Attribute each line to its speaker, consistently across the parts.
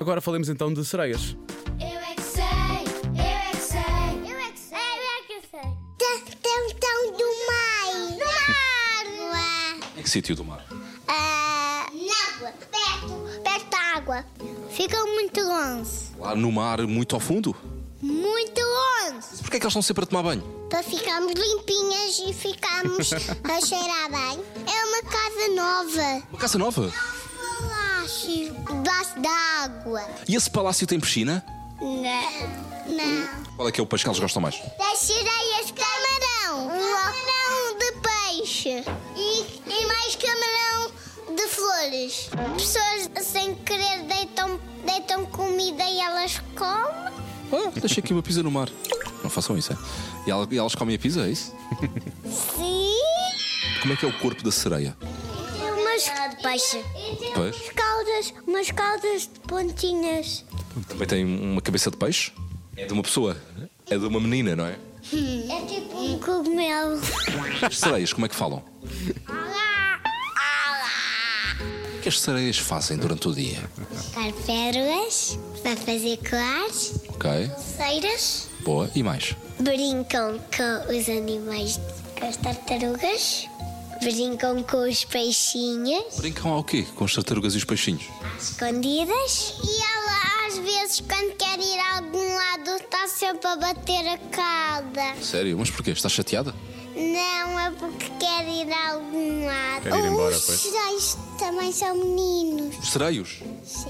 Speaker 1: Agora falemos então de sereias.
Speaker 2: Eu é que sei, eu é que sei, eu é que sei, eu é que sei. Tão, tão do mar. é? Do mar.
Speaker 3: Em que sítio do mar?
Speaker 2: Ah, na água. Perto, perto da água. Ficam muito longe.
Speaker 3: Lá no mar, muito ao fundo?
Speaker 2: Muito longe.
Speaker 3: Porquê é que eles estão sempre a tomar banho?
Speaker 2: Para ficarmos limpinhas e ficarmos a cheirar bem. É uma casa nova.
Speaker 3: Uma casa nova?
Speaker 2: Palácio. Debaixo da água.
Speaker 3: E esse palácio tem piscina?
Speaker 2: Não. Não.
Speaker 3: Qual é que é o peixe que eles gostam mais?
Speaker 2: Das sereias camarão. Um Camarão de peixe. E, e mais camarão de flores. Pessoas sem querer deitam, deitam comida e elas comem.
Speaker 3: Ah, deixei aqui uma pizza no mar. Não façam isso, é? E el- e elas comem a pizza, é isso?
Speaker 2: Sim. É
Speaker 3: Como é que é o corpo da sereia?
Speaker 2: Umas, de peixe.
Speaker 3: Pois.
Speaker 2: Umas caudas, umas caudas de pontinhas.
Speaker 3: Também tem uma cabeça de peixe? É de uma pessoa? É de uma menina, não é?
Speaker 2: É tipo um cogumelo.
Speaker 3: As sereias, como é que falam? O que as sereias fazem durante o dia?
Speaker 2: Buscar pérolas para fazer colares,
Speaker 3: Ok,
Speaker 2: ceiras.
Speaker 3: boa. E mais?
Speaker 2: Brincam com os animais, com as tartarugas. Brincam com os peixinhos,
Speaker 3: Brincam ao quê? Com as tartarugas e os peixinhos?
Speaker 2: escondidas. E ela, às vezes, quando quer ir a algum lado, está sempre a bater a cauda.
Speaker 3: Sério? Mas porquê? Estás chateada?
Speaker 2: Não, é porque quer ir a algum lado.
Speaker 4: Quer ir embora,
Speaker 2: os
Speaker 4: pois.
Speaker 2: sereios também são meninos.
Speaker 3: Os sereios?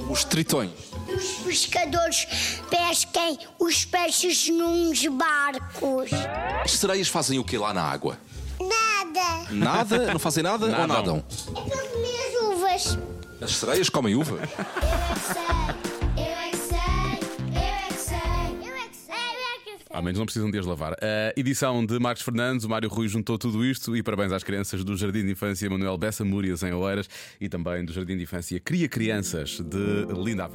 Speaker 3: Os tritões?
Speaker 2: Os pescadores pesquem os peixes nos barcos.
Speaker 3: As sereias fazem o quê lá na água?
Speaker 2: Nada.
Speaker 3: Nada? Não fazem nada ou
Speaker 4: Nadam.
Speaker 3: nadam?
Speaker 2: É para comer as uvas.
Speaker 3: As sereias comem uvas?
Speaker 2: Eu é que sei, eu é que sei, eu é que sei, eu é que sei.
Speaker 1: Ao menos não precisam de as lavar. A edição de Marcos Fernandes, o Mário Rui juntou tudo isto e parabéns às crianças do Jardim de Infância Manuel Bessa Múrias em Oeiras e também do Jardim de Infância Cria Crianças de Linda Ave.